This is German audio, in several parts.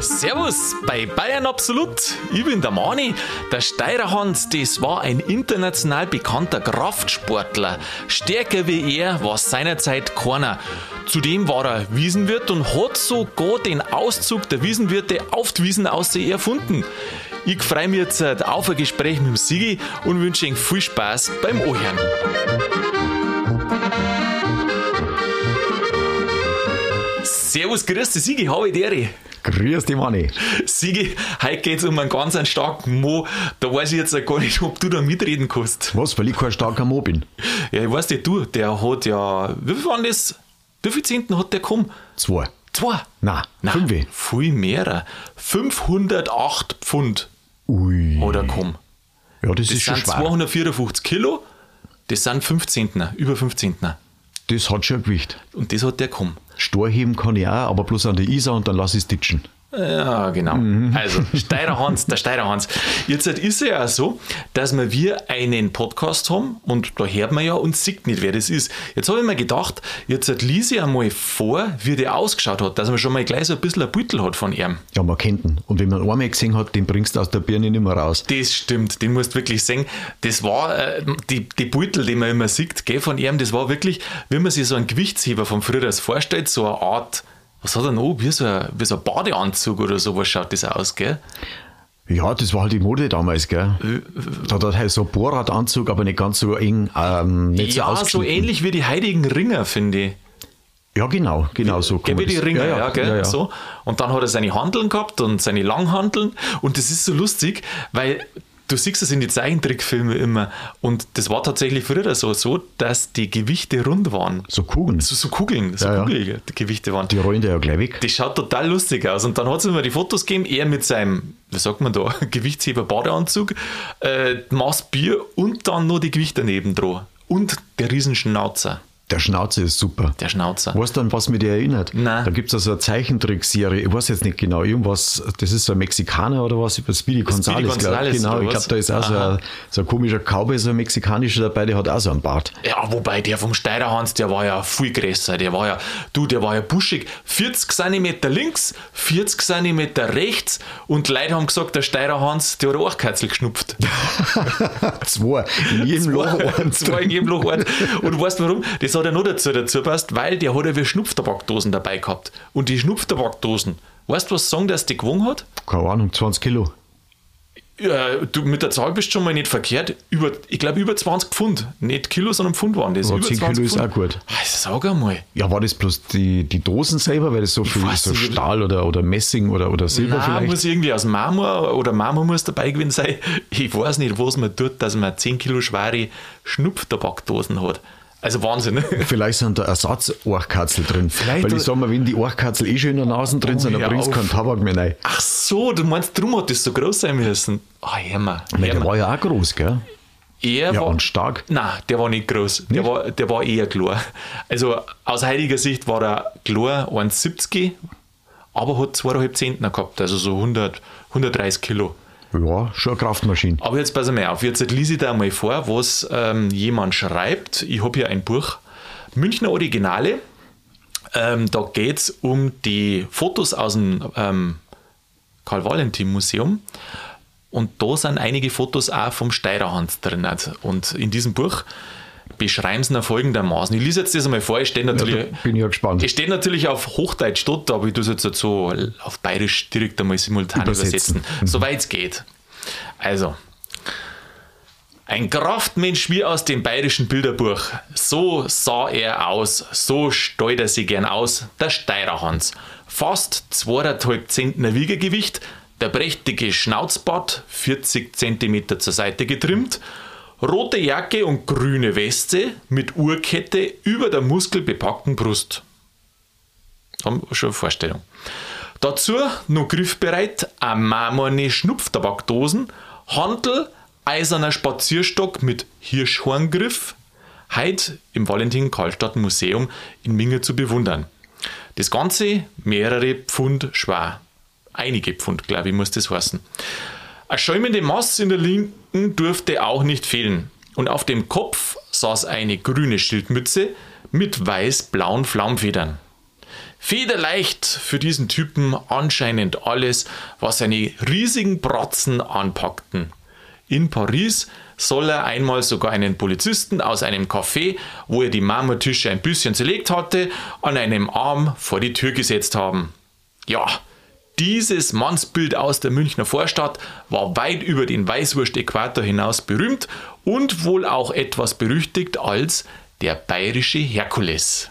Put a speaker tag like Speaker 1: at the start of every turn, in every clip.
Speaker 1: Servus bei Bayern Absolut. Ich bin der Mani. Der Steirer Hans, das war ein international bekannter Kraftsportler. Stärker wie er war seinerzeit keiner. Zudem war er Wiesenwirt und hat sogar den Auszug der Wiesenwirte auf die Wiesen aussehen erfunden. Ich freue mich jetzt auf ein Gespräch mit dem Sigi und wünsche Ihnen viel Spaß beim Ohren. Servus, grüß dich, Sigi, habe ich dir.
Speaker 2: Grüß dich, Manni.
Speaker 1: Sigi, heute geht es um einen ganz einen starken Mo. Da weiß ich jetzt gar nicht, ob du da mitreden kannst.
Speaker 2: Was, weil ich kein starker Mo bin?
Speaker 1: Ja, ich weiß nicht, du, der hat ja. Wie viel waren das? Wie viel Zehnten hat der kommen?
Speaker 2: Zwei.
Speaker 1: Zwei?
Speaker 2: Nein,
Speaker 1: Nein,
Speaker 2: fünf.
Speaker 1: viel mehr. 508 Pfund
Speaker 2: Ui.
Speaker 1: oder komm.
Speaker 2: Ja, Hm, das,
Speaker 1: Das
Speaker 2: ist schon
Speaker 1: sind
Speaker 2: schwer.
Speaker 1: 254 Kilo, das sind 15. über 15.
Speaker 2: Das hat schon ein Gewicht.
Speaker 1: Und das hat der kommen.
Speaker 2: Storheben kann ich auch, aber bloß an der Isar und dann lass ich es ditchen.
Speaker 1: Ja, genau. Also, Steirer Hans, der Steirer Hans. Jetzt halt ist es ja auch so, dass wir wir einen Podcast haben und da hört man ja und sieht nicht, wer das ist. Jetzt habe ich mir gedacht, jetzt halt lese ich einmal vor, wie der ausgeschaut hat, dass man schon mal gleich so ein bisschen ein Büttel hat von ihm.
Speaker 2: Ja, man kennt ihn. Und wenn man einmal gesehen hat, den bringst du aus der Birne nicht mehr raus.
Speaker 1: Das stimmt, den musst du wirklich sehen. Das war äh, die, die Beutel, die man immer sieht, gell, von ihm, das war wirklich, wie man sich so einen Gewichtsheber von früher vorstellt, so eine Art, was hat er noch, wie so ein, wie so ein Badeanzug oder sowas schaut das aus, gell?
Speaker 2: Ja, das war halt die Mode damals, gell?
Speaker 1: Äh,
Speaker 2: Da hat er halt so einen Bohrradanzug, aber nicht ganz so eng, ähm, nicht so
Speaker 1: ja, so
Speaker 2: ausgeschnitten.
Speaker 1: ähnlich wie die heiligen Ringer, finde ich.
Speaker 2: Ja, genau, genau so. kann
Speaker 1: Gell, wie
Speaker 2: man
Speaker 1: die
Speaker 2: das-
Speaker 1: Ringer, ja,
Speaker 2: ja,
Speaker 1: gell?
Speaker 2: ja, ja.
Speaker 1: So. Und dann hat er seine Handeln gehabt und seine Langhandeln. Und das ist so lustig, weil du siehst es in den Zeichentrickfilmen immer. Und das war tatsächlich früher so, so dass die Gewichte rund waren.
Speaker 2: So Kugeln.
Speaker 1: So, so Kugeln, so
Speaker 2: Ja, ja.
Speaker 1: kugelige Gewichte waren.
Speaker 2: Die rollen da ja gleich weg.
Speaker 1: Das schaut total lustig aus. Und dann hat es immer die Fotos gegeben, er mit seinem, wie sagt man da, Gewichtsheber-Badeanzug, äh, Maß Bier und dann nur die Gewichte neben dran. Und der Riesenschnauzer.
Speaker 2: Der Schnauze ist super.
Speaker 1: Der Schnauzer.
Speaker 2: Weißt du an was mich die erinnert?
Speaker 1: Nein.
Speaker 2: Da gibt es also eine Zeichentrickserie, ich weiß jetzt nicht genau, irgendwas, das ist so ein Mexikaner oder was, über Speedy Gonzales, glaub
Speaker 1: Gonzales
Speaker 2: ich. Genau,
Speaker 1: oder
Speaker 2: ich
Speaker 1: was?
Speaker 2: glaube, da ist auch so ein, so ein komischer Cowboy, so ein mexikanischer dabei, der hat auch so einen Bart.
Speaker 1: Ja, wobei der vom Steirerhans, der war ja viel größer. Der war ja, du, der war ja buschig. 40 cm links, 40 cm rechts und Leute haben gesagt, der Steirerhans, der hat auch Katzel geschnupft.
Speaker 2: Zwei, in jedem Loch.
Speaker 1: Und
Speaker 2: eins
Speaker 1: zwar in jedem Lochort. Und weißt du warum? Das hat er noch dazu, dazu passt, weil der hat ja wie Schnupftabakdosen dabei gehabt. Und die Schnupftabakdosen, weißt du, was sagen, dass die gewogen hat?
Speaker 2: Keine Ahnung, 20 Kilo.
Speaker 1: Ja, du, mit der Zahl bist du schon mal nicht verkehrt. Über, ich glaube, über 20 Pfund. Nicht Kilo, sondern Pfund waren das.
Speaker 2: Aber
Speaker 1: über
Speaker 2: 10 Kilo ist
Speaker 1: Pfund.
Speaker 2: auch gut.
Speaker 1: Ah, Sag einmal.
Speaker 2: Ja, war das bloß die, die Dosen selber, weil das so viel
Speaker 1: weiß
Speaker 2: ist, so
Speaker 1: nicht.
Speaker 2: Stahl oder, oder Messing oder, oder Silber
Speaker 1: Nein,
Speaker 2: vielleicht?
Speaker 1: Ah, muss irgendwie aus Marmor oder Marmor muss dabei gewesen sein. Ich weiß nicht, was man tut, dass man 10 Kilo schwere Schnupftabakdosen hat. Also Wahnsinn.
Speaker 2: Vielleicht sind da Ersatz-Ohrkatzel drin.
Speaker 1: Vielleicht- Oh,
Speaker 2: weil ich sag mal, wenn die Ohrkatzel eh schon in der Nase drin sind, dann
Speaker 1: hör
Speaker 2: bringst du
Speaker 1: auf.
Speaker 2: keinen Tabak mehr rein.
Speaker 1: Ach so, du meinst, drum hat das so groß sein müssen. Ah, hör mal.
Speaker 2: Weil
Speaker 1: hör
Speaker 2: der
Speaker 1: mal.
Speaker 2: war ja auch groß, gell?
Speaker 1: Er
Speaker 2: Ja,
Speaker 1: war,
Speaker 2: und stark.
Speaker 1: Nein, der war nicht groß. Der war, der war eher klar. Also aus heutiger Sicht war er klar 1,70, aber hat 2,5 Zentner gehabt, also so 100, 130 Kilo.
Speaker 2: Ja, schon eine Kraftmaschine.
Speaker 1: Aber jetzt pass mal auf, jetzt lese ich dir mal vor, was ähm, jemand schreibt. Ich habe hier ein Buch, Münchner Originale. Ähm, da geht es um die Fotos aus dem ähm, Karl-Valentin-Museum. Und da sind einige Fotos auch vom Steirerhans drin. Und in diesem Buch beschreiben sie ihn folgendermaßen. Ich lese jetzt das einmal vor, ich stehe natürlich.
Speaker 2: Ja, Also, bin ja gespannt.
Speaker 1: Es steht natürlich auf Hochdeutsch dort, aber ich tue es jetzt halt so auf Bayerisch direkt einmal simultan
Speaker 2: Übersetzen.
Speaker 1: übersetzen, soweit es geht. Also, ein Kraftmensch wie aus dem bayerischen Bilderbuch. So sah er aus, so steht er sich gern aus, der Steirerhans. Fast 2,5 Zentner Wiegegewicht, der prächtige Schnauzbart, 40 Zentimeter zur Seite getrimmt, rote Jacke und grüne Weste mit Uhrkette über der muskelbepackten Brust. Haben wir schon eine Vorstellung. Dazu noch griffbereit eine marmorne Schnupftabakdosen, Handel, eiserner Spazierstock mit Hirschhorngriff, heute im Valentin-Karlstadt-Museum in Minge zu bewundern. Das Ganze mehrere Pfund schwer. Einige Pfund, glaube ich, muss das heißen. Eine schäumende Masse in der linken durfte auch nicht fehlen. Und auf dem Kopf saß eine grüne Schildmütze mit weiß-blauen Flammfedern. Federleicht für diesen Typen anscheinend alles, was seine riesigen Bratzen anpackten. In Paris soll er einmal sogar einen Polizisten aus einem Café, wo er die Marmortische ein bisschen zerlegt hatte, an einem Arm vor die Tür gesetzt haben. Ja, dieses Mannsbild aus der Münchner Vorstadt war weit über den Weißwurst-Äquator hinaus berühmt und wohl auch etwas berüchtigt als der bayerische Herkules.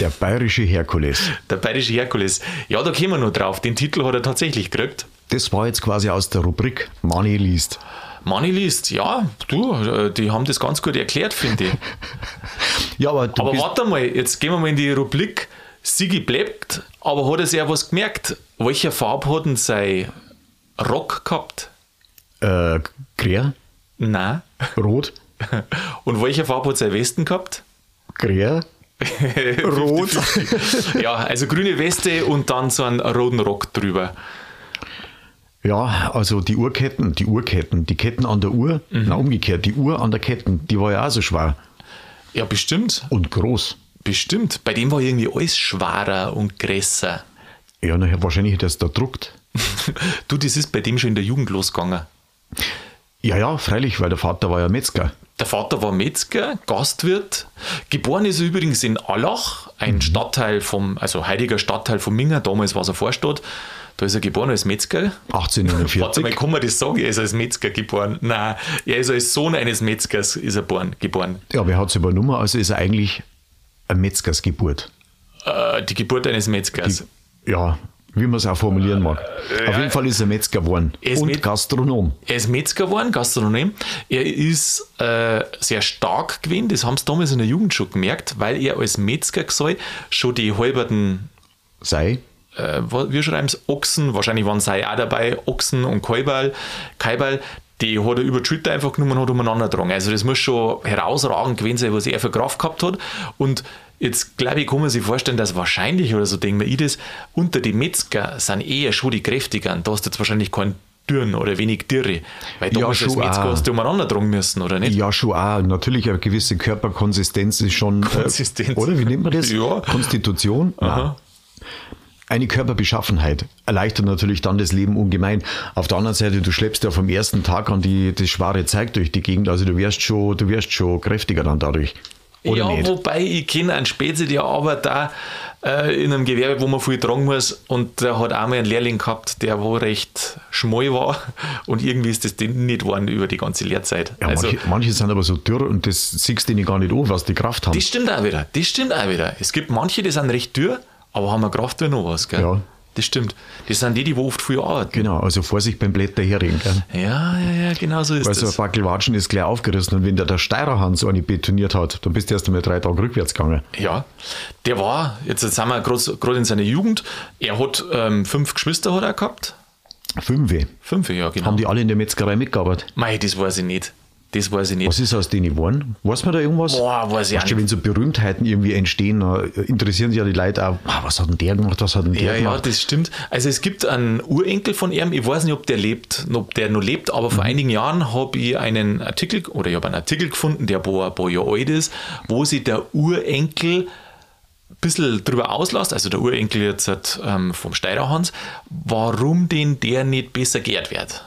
Speaker 2: Der bayerische Herkules.
Speaker 1: Der bayerische Herkules. Ja, da kämen wir nur drauf. Den Titel hat er tatsächlich gekriegt.
Speaker 2: Das war jetzt quasi aus der Rubrik Money liest.
Speaker 1: Money liest, ja, du, äh, die haben das ganz gut erklärt, finde ich.
Speaker 2: ja, aber du
Speaker 1: aber
Speaker 2: bist-
Speaker 1: warte mal, jetzt gehen wir mal in die Rubrik. Sigi bleibt, aber hat er sich auch was gemerkt? Welcher Farbe hat denn sein Rock gehabt?
Speaker 2: äh, Krähe,
Speaker 1: Nein.
Speaker 2: Rot,
Speaker 1: Und welche Farbe hat sein Westen gehabt?
Speaker 2: Krähe, Rot.
Speaker 1: ja, also grüne Weste und dann so einen roten Rock drüber.
Speaker 2: Ja, also die Uhrketten, die Uhrketten, die Ketten an der Uhr,
Speaker 1: Mhm.
Speaker 2: na umgekehrt, die Uhr an der Ketten, die war ja auch so schwer
Speaker 1: Ja, bestimmt.
Speaker 2: und groß.
Speaker 1: Bestimmt. Bei dem war irgendwie alles schwerer und größer.
Speaker 2: Ja, nachher wahrscheinlich hat er es da druckt.
Speaker 1: du, das ist bei dem schon in der Jugend losgegangen.
Speaker 2: Ja, ja, freilich, weil der Vater war ja Metzger.
Speaker 1: Der Vater war Metzger, Gastwirt. Geboren ist er übrigens in Allach, ein Stadtteil vom, also heiliger Stadtteil von Minger, damals war es eine Vorstadt. Da ist er geboren als Metzger. Warte mal,
Speaker 2: 1849.
Speaker 1: kann man das sagen? Er ist als Metzger geboren. Nein, er ist als Sohn eines Metzgers ist er born, geboren.
Speaker 2: Ja, wer hat es übernommen? Also ist er eigentlich eine Metzgersgeburt.
Speaker 1: Äh, die Geburt eines Metzgers.
Speaker 2: Ja, wie man es auch formulieren mag. Auf
Speaker 1: ja.
Speaker 2: jeden Fall ist er Metzger geworden
Speaker 1: Er ist
Speaker 2: und
Speaker 1: Met-
Speaker 2: Gastronom.
Speaker 1: Er ist Metzger geworden, Gastronom. Er ist äh, sehr stark gewesen, das haben sie damals in der Jugend schon gemerkt, weil er als Metzger soll schon die halberten
Speaker 2: Sei.
Speaker 1: äh, wo- wir schreiben es Ochsen, wahrscheinlich waren sei auch dabei, Ochsen und Kälberl, Kälberl, die hat er über die Schulter einfach genommen und hat umeinander getragen. Also das muss schon herausragend gewesen sein, was er für Kraft gehabt hat. Und jetzt glaube ich, kann man sich vorstellen, dass wahrscheinlich, oder so denken wir ich das, unter die Metzger sind eher schon die Kräftigeren. Da hast du jetzt wahrscheinlich keinen Dürren oder wenig Dürre. Weil
Speaker 2: Ja,
Speaker 1: damals als
Speaker 2: schon
Speaker 1: Metzger
Speaker 2: auch.
Speaker 1: hast du umeinander tragen müssen, oder nicht?
Speaker 2: Ja, schon auch. Natürlich, eine gewisse Körperkonsistenz ist schon.
Speaker 1: Konsistenz.
Speaker 2: Äh, oder wie nennt man das?
Speaker 1: Ja.
Speaker 2: Konstitution? Nein. Eine Körperbeschaffenheit erleichtert natürlich dann das Leben ungemein. Auf der anderen Seite, du schleppst ja vom ersten Tag an die, das schwere Zeug durch die Gegend. Also du wirst schon, du wirst schon kräftiger dann dadurch. Oder
Speaker 1: ja,
Speaker 2: nicht?
Speaker 1: wobei ich kenne einen Spezi, der arbeitet auch äh, in einem Gewerbe, wo man viel tragen muss. Und der hat auch mal einen Lehrling gehabt, der wo recht schmal war. Und irgendwie ist das dem nicht geworden über die ganze Lehrzeit.
Speaker 2: Ja,
Speaker 1: also,
Speaker 2: manche, manche sind aber so dürr und das siehst du ihnen gar nicht an, was die Kraft haben.
Speaker 1: das stimmt auch wieder. Das stimmt auch wieder. Es gibt manche, die sind recht dürr, aber haben eine Kraft wie noch was. Gell?
Speaker 2: Ja.
Speaker 1: Das stimmt. Das sind die, die wo oft viel arbeiten.
Speaker 2: Genau, also Vorsicht beim Blätterhering. Gell?
Speaker 1: Ja, ja, ja, genau so ist
Speaker 2: Weil so ein
Speaker 1: das.
Speaker 2: Backelwatschen ist gleich aufgerissen und wenn der, der Steirerhahn so eine betoniert hat, dann bist du erst einmal drei Tage rückwärts gegangen.
Speaker 1: Ja, der war, jetzt, jetzt sind wir gerade in seiner Jugend, er hat ähm, fünf Geschwister hat er gehabt.
Speaker 2: Fünfe.
Speaker 1: Fünf, ja, genau.
Speaker 2: Haben die alle in der Metzgerei mitgearbeitet?
Speaker 1: Mei, das weiß ich nicht. Das weiß ich nicht.
Speaker 2: Was ist aus denen geworden? Weiß man da irgendwas?
Speaker 1: Boah, weiß ich auch
Speaker 2: Weißt du,
Speaker 1: nicht.
Speaker 2: wenn so Berühmtheiten irgendwie entstehen, dann interessieren sich ja die Leute auch, "Ah, was hat denn der gemacht, was hat denn
Speaker 1: Ja,
Speaker 2: der
Speaker 1: ja,
Speaker 2: gemacht?
Speaker 1: das stimmt. Also es gibt einen Urenkel von ihm, ich weiß nicht, ob der lebt, ob der noch lebt, aber vor einigen Jahren habe ich einen Artikel oder ich habe einen Artikel gefunden, der boah, boah, Jahr alt ist, wo sich der Urenkel ein bisschen drüber auslässt, also der Urenkel jetzt hat, ähm, vom Steirerhans, warum den der nicht besser geehrt wird.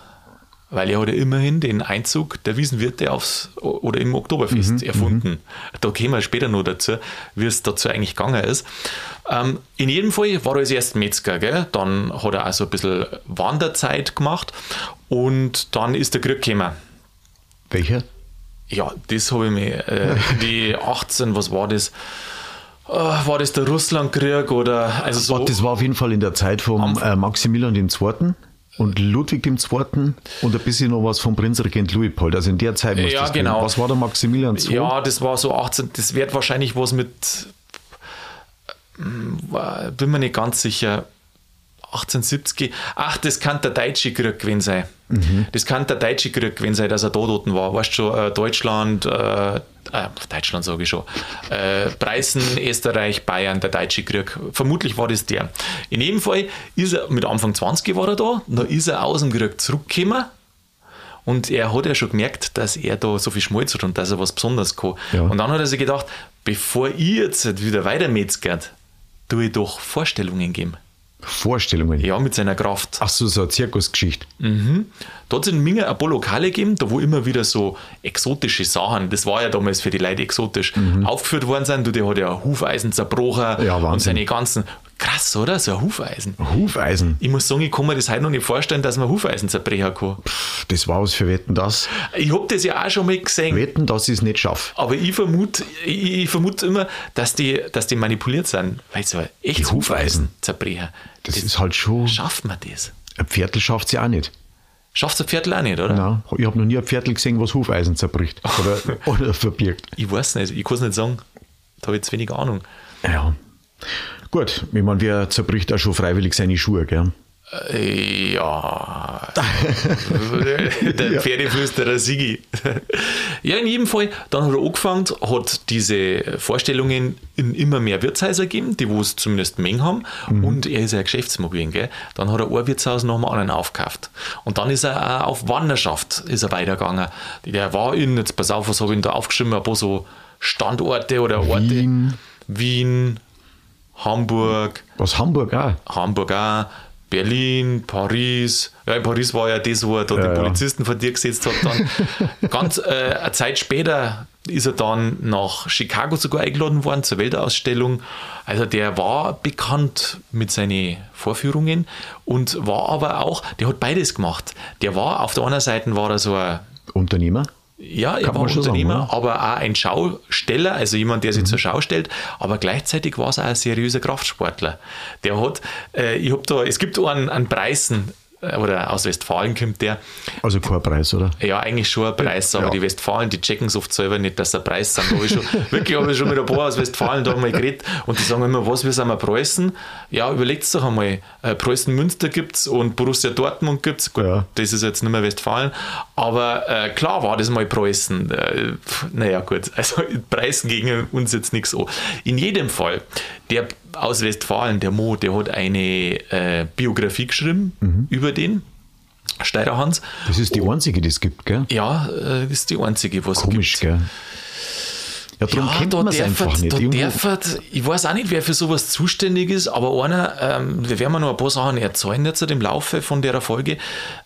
Speaker 1: Weil er hat ja immerhin den Einzug der Wiesenwirte aufs oder im Oktoberfest erfunden. Da kämen wir später noch dazu, wie es dazu eigentlich gegangen ist. Ähm, in jedem Fall war er als erst Metzger, gell? dann hat er auch so ein bisschen Wanderzeit gemacht und dann ist der Krieg gekommen.
Speaker 2: Welcher?
Speaker 1: Ja, das habe ich mir, äh, die 18, was war das? Äh, war das der Russlandkrieg oder also so?
Speaker 2: Das war auf jeden Fall in der Zeit vom äh, Maximilian II. und Ludwig II. und ein bisschen noch was vom Prinzregent Luitpold. Also in der Zeit muss
Speaker 1: Ja,
Speaker 2: das gewesen-
Speaker 1: genau.
Speaker 2: Was war der Maximilian II.?
Speaker 1: Ja, das war so 18, das wird wahrscheinlich was mit, äh, bin mir nicht ganz sicher, 1870, ach, das kann der Deutsche Krieg gewesen sein. Das kann der Deutsche Krieg gewesen sein, dass er da dort war. Weißt du schon, äh, Deutschland, äh, äh, Deutschland sage ich schon, äh, Preußen, Österreich, Bayern, der Deutsche Krieg. Vermutlich war das der. In jedem Fall ist er mit Anfang 20 war er da, dann ist er aus dem Krieg zurückgekommen Und er hat ja schon gemerkt, dass er da so viel Schmalz hat und dass er was Besonderes kann.
Speaker 2: Ja.
Speaker 1: Und dann hat er sich gedacht, bevor ich jetzt wieder weiter metzgert, tue ich doch Vorstellungen geben.
Speaker 2: Vorstellungen.
Speaker 1: Ja, mit seiner Kraft.
Speaker 2: Ach so, so eine Zirkusgeschichte.
Speaker 1: Dort sind Minger ein paar Lokale gegeben, da wo immer wieder so exotische Sachen, das war ja damals für die Leute exotisch, aufgeführt worden sind. Du, der hat ja ein Hufeisen zerbrochen
Speaker 2: Mhm. Ja, Wahnsinn.
Speaker 1: und seine ganzen. Krass, oder? So ein Hufeisen.
Speaker 2: Hufeisen.
Speaker 1: Ich muss sagen, ich kann mir das heute noch nicht vorstellen, dass man Hufeisen zerbrechen kann.
Speaker 2: Das war was für Wetten das.
Speaker 1: Ich habe das ja auch schon mal gesehen,
Speaker 2: Wetten, dass ich es nicht schaffe.
Speaker 1: aber ich vermute ich, ich vermute immer, dass die, dass die manipuliert sind. Weil so ein echtes
Speaker 2: Hufeisen.
Speaker 1: Hufeisen zerbrechen.
Speaker 2: Das, ist halt schon.
Speaker 1: Schafft man das?
Speaker 2: Ein Viertel schafft sie auch nicht.
Speaker 1: Schafft ein Viertel auch nicht, oder?
Speaker 2: Nein, ich habe noch nie ein Viertel gesehen, was Hufeisen zerbricht oder, oder verbirgt.
Speaker 1: Ich weiß nicht, ich kann es nicht sagen. Da habe ich zu wenig Ahnung.
Speaker 2: Ja. Gut, ich meine, wer zerbricht auch schon freiwillig seine Schuhe, gell?
Speaker 1: Äh, Ja. Der Pferdeflüsterer Sigi. Ja, in jedem Fall, dann hat er angefangen, hat diese Vorstellungen in immer mehr Wirtshäuser gegeben, die wo es zumindest Mengen haben. Und er ist ja ein Geschäftsmann gewesen, gell? Dann hat er ein Wirtshaus nach dem anderen aufgekauft. Und dann ist er auch auf Wanderschaft ist er weitergegangen. Der war in, jetzt pass auf, was habe ich denn da aufgeschrieben, ein paar so Standorte oder Orte.
Speaker 2: Wien.
Speaker 1: Wien Hamburg,
Speaker 2: Was Hamburg auch.
Speaker 1: Hamburg auch, Berlin, Paris. Ja, in Paris war ja das, wo er da
Speaker 2: ja.
Speaker 1: den Polizisten vor dir gesetzt hat. Dann ganz äh, eine Zeit später ist er dann nach Chicago sogar eingeladen worden zur Weltausstellung. Also der war bekannt mit seinen Vorführungen und war aber auch, der hat beides gemacht. Der war auf der einen Seite war er so ein
Speaker 2: Unternehmer?
Speaker 1: ja, er
Speaker 2: Kann
Speaker 1: war
Speaker 2: man schon sagen,
Speaker 1: Unternehmer,
Speaker 2: oder? Mhm.
Speaker 1: aber auch ein Schausteller, also jemand, der sich zur Schau stellt, aber gleichzeitig war es auch ein seriöser Kraftsportler. Der hat, äh, ich hab da, es gibt einen, einen Preisen, äh, oder aus Westfalen kommt der,
Speaker 2: Also kein Preis, oder?
Speaker 1: ja, eigentlich schon ein Preis, aber
Speaker 2: Ja.
Speaker 1: die Westfalen, die checken es oft selber nicht, dass sie ein Preis sind. Da hab ich schon, wirklich habe ich schon mit ein paar aus Westfalen da mal geredet und die sagen immer, was, wir sind wir Preußen? Ja, überlegt es doch einmal. Äh, Preußen-Münster gibt es und Borussia Dortmund gibt es. Gut,
Speaker 2: Ja.
Speaker 1: das ist jetzt nicht mehr Westfalen, aber äh, klar war das mal Preußen. Äh, pf, naja, gut, also Preußen gegen uns jetzt nichts an. In jedem Fall, der aus Westfalen, der Mo, der hat eine äh, Biografie geschrieben
Speaker 2: Mhm.
Speaker 1: über den. Steirer Hans.
Speaker 2: Das ist die
Speaker 1: Oh.
Speaker 2: einzige, die es gibt, gell?
Speaker 1: Ja, äh, das ist die einzige, was es
Speaker 2: Komisch,
Speaker 1: gibt.
Speaker 2: gell? Ja, darum
Speaker 1: Ja,
Speaker 2: kennt
Speaker 1: da
Speaker 2: man es
Speaker 1: darf,
Speaker 2: einfach nicht.
Speaker 1: da
Speaker 2: Irgendwo-
Speaker 1: darf, ich weiß auch nicht, wer für sowas zuständig ist, aber einer, ähm, wir werden noch ein paar Sachen erzählen jetzt im Laufe von der Folge,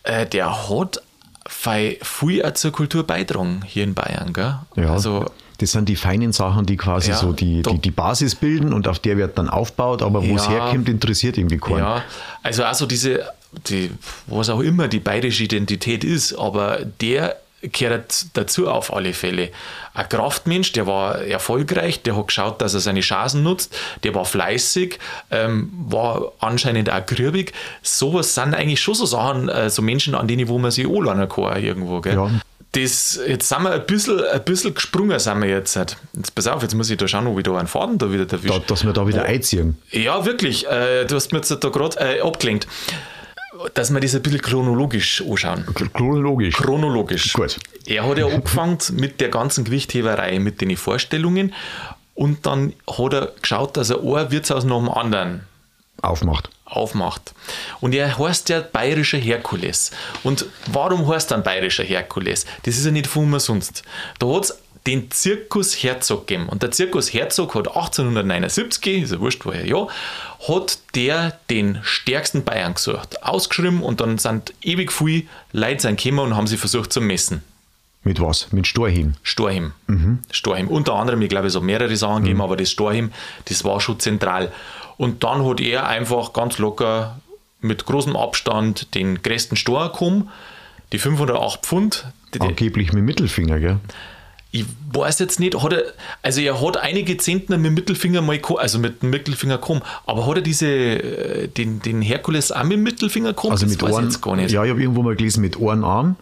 Speaker 1: äh, der hat fei- viel auch zur Kultur beitragen hier in Bayern. Gell?
Speaker 2: Ja,
Speaker 1: Also,
Speaker 2: das sind die feinen Sachen, die quasi
Speaker 1: Ja,
Speaker 2: so die,
Speaker 1: da-
Speaker 2: die, die Basis bilden und auf der wird dann aufgebaut, aber wo es
Speaker 1: Ja.
Speaker 2: herkommt, interessiert irgendwie keinen.
Speaker 1: ja, also also diese, die, was auch immer die bayerische Identität ist, aber der gehört dazu auf alle Fälle. Ein Kraftmensch, der war erfolgreich, der hat geschaut, dass er seine Chancen nutzt, der war fleißig, ähm, war anscheinend auch grübig. Sowas sind eigentlich schon so Sachen, äh, so Menschen, an denen wo man sich anlernen kann irgendwo. Gell?
Speaker 2: Ja.
Speaker 1: Das, jetzt sind wir ein bisschen, ein bisschen gesprungen, sind wir jetzt. Jetzt pass auf, jetzt muss ich da schauen, ob ich da einen Faden da wieder erwische.
Speaker 2: Da, dass wir da
Speaker 1: Oh.
Speaker 2: wieder einziehen.
Speaker 1: Ja, wirklich. Äh, du hast mir jetzt da gerade äh, abgelenkt. Dass wir das ein bisschen chronologisch anschauen.
Speaker 2: Chronologisch.
Speaker 1: Chronologisch.
Speaker 2: Gut.
Speaker 1: Er hat ja angefangen mit der ganzen Gewichtheberei, mit den Vorstellungen. Und dann hat er geschaut, dass er ein Wirtshaus nach dem anderen
Speaker 2: Aufmacht.
Speaker 1: aufmacht. Und er heißt ja bayerischer Herkules. Und warum heißt er ein bayerischer Herkules? Das ist ja nicht von mir sonst. Da hat es den Zirkus Herzog gegeben. Und der Zirkus Herzog hat 1879, ist ja wurscht, woher ja, hat der den stärksten Bayern gesucht. Ausgeschrieben und dann sind ewig viele Leute sind gekommen und haben sie versucht zu messen.
Speaker 2: Mit was? Mit Storchen.
Speaker 1: Storheim.
Speaker 2: Mhm.
Speaker 1: Storheim. Unter anderem, ich glaube, es hat mehrere Sachen gegeben, aber das Storheim, das war schon zentral. Und dann hat er einfach ganz locker mit großem Abstand den größten Stor gekommen, die 508 Pfund. Die, die,
Speaker 2: Angeblich mit Mittelfinger, gell? Ah.
Speaker 1: ich weiß jetzt nicht, hat er, also er hat einige Zentner mit dem Mittelfinger mal, geho- also mit dem Mittelfinger gekommen, aber hat er diese, äh, den, den Herkules auch mit dem Mittelfinger gekommen?
Speaker 2: Also mit
Speaker 1: weiß ich
Speaker 2: Ohren.
Speaker 1: jetzt gar nicht.
Speaker 2: Ja, ich habe irgendwo mal gelesen, mit Ohrenarm.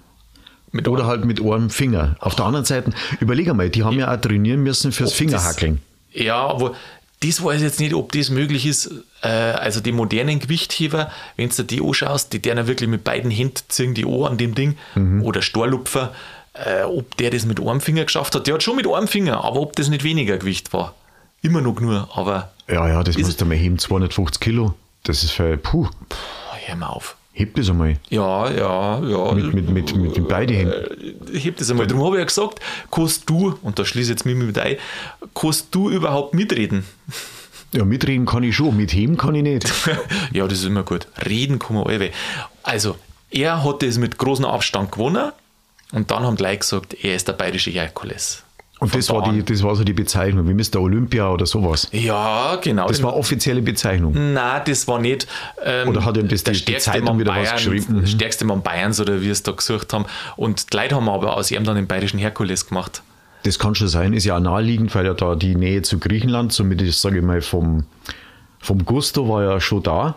Speaker 1: Mit
Speaker 2: Oder halt mit Ohrenfinger. Auf der anderen Seite, überleg einmal, die haben ja auch trainieren müssen fürs Fingerhackeln.
Speaker 1: Das, ja, aber das weiß ich jetzt nicht, ob das möglich ist. Äh, also die modernen Gewichtheber, wenn du dir die anschaust, die deren wirklich mit beiden Händen ziehen die Ohr an dem Ding
Speaker 2: Mhm.
Speaker 1: oder Storlupfer, äh, ob der das mit einem Finger geschafft hat. Der hat schon mit einem Finger, aber ob das nicht weniger Gewicht war. Immer noch nur, aber
Speaker 2: Ja, ja, das
Speaker 1: Ist-
Speaker 2: musst du mal heben, 250 Kilo. Das ist für, puh,
Speaker 1: boah, oh, hör mal auf.
Speaker 2: Heb das einmal.
Speaker 1: Ja, ja, ja. Äh,
Speaker 2: Mit, mit, mit, mit den beiden Händen.
Speaker 1: Ich heb das einmal. Darum habe ich ja gesagt, kannst du, und da schließe ich jetzt mich mit ein, kannst du überhaupt mitreden?
Speaker 2: Ja, mitreden kann ich schon, mitheben kann ich nicht.
Speaker 1: ja, das ist immer gut. Reden kann man alle. Also, er hat das mit großem Abstand gewonnen und dann haben die Leute gesagt, er ist der bayerische Herkules.
Speaker 2: Und das war, die, das war so die Bezeichnung, wie Mr. Olympia oder sowas.
Speaker 1: Ja, genau.
Speaker 2: Das war offizielle Bezeichnung.
Speaker 1: Nein, das war nicht. ähm,
Speaker 2: Oder hat ihm das
Speaker 1: der
Speaker 2: die, die
Speaker 1: stärkste
Speaker 2: Zeitung
Speaker 1: Mann
Speaker 2: wieder was
Speaker 1: Bayern,
Speaker 2: geschrieben? Mhm.
Speaker 1: Der stärkste Mann Bayerns oder wie wir es da gesucht haben. Und die Leute haben aber aus ihm dann den bayerischen Herkules gemacht.
Speaker 2: Das kann schon sein, ist ja auch naheliegend, weil ja da die Nähe zu Griechenland, somit ist, sage ich mal, vom, vom Gusto war ja schon da.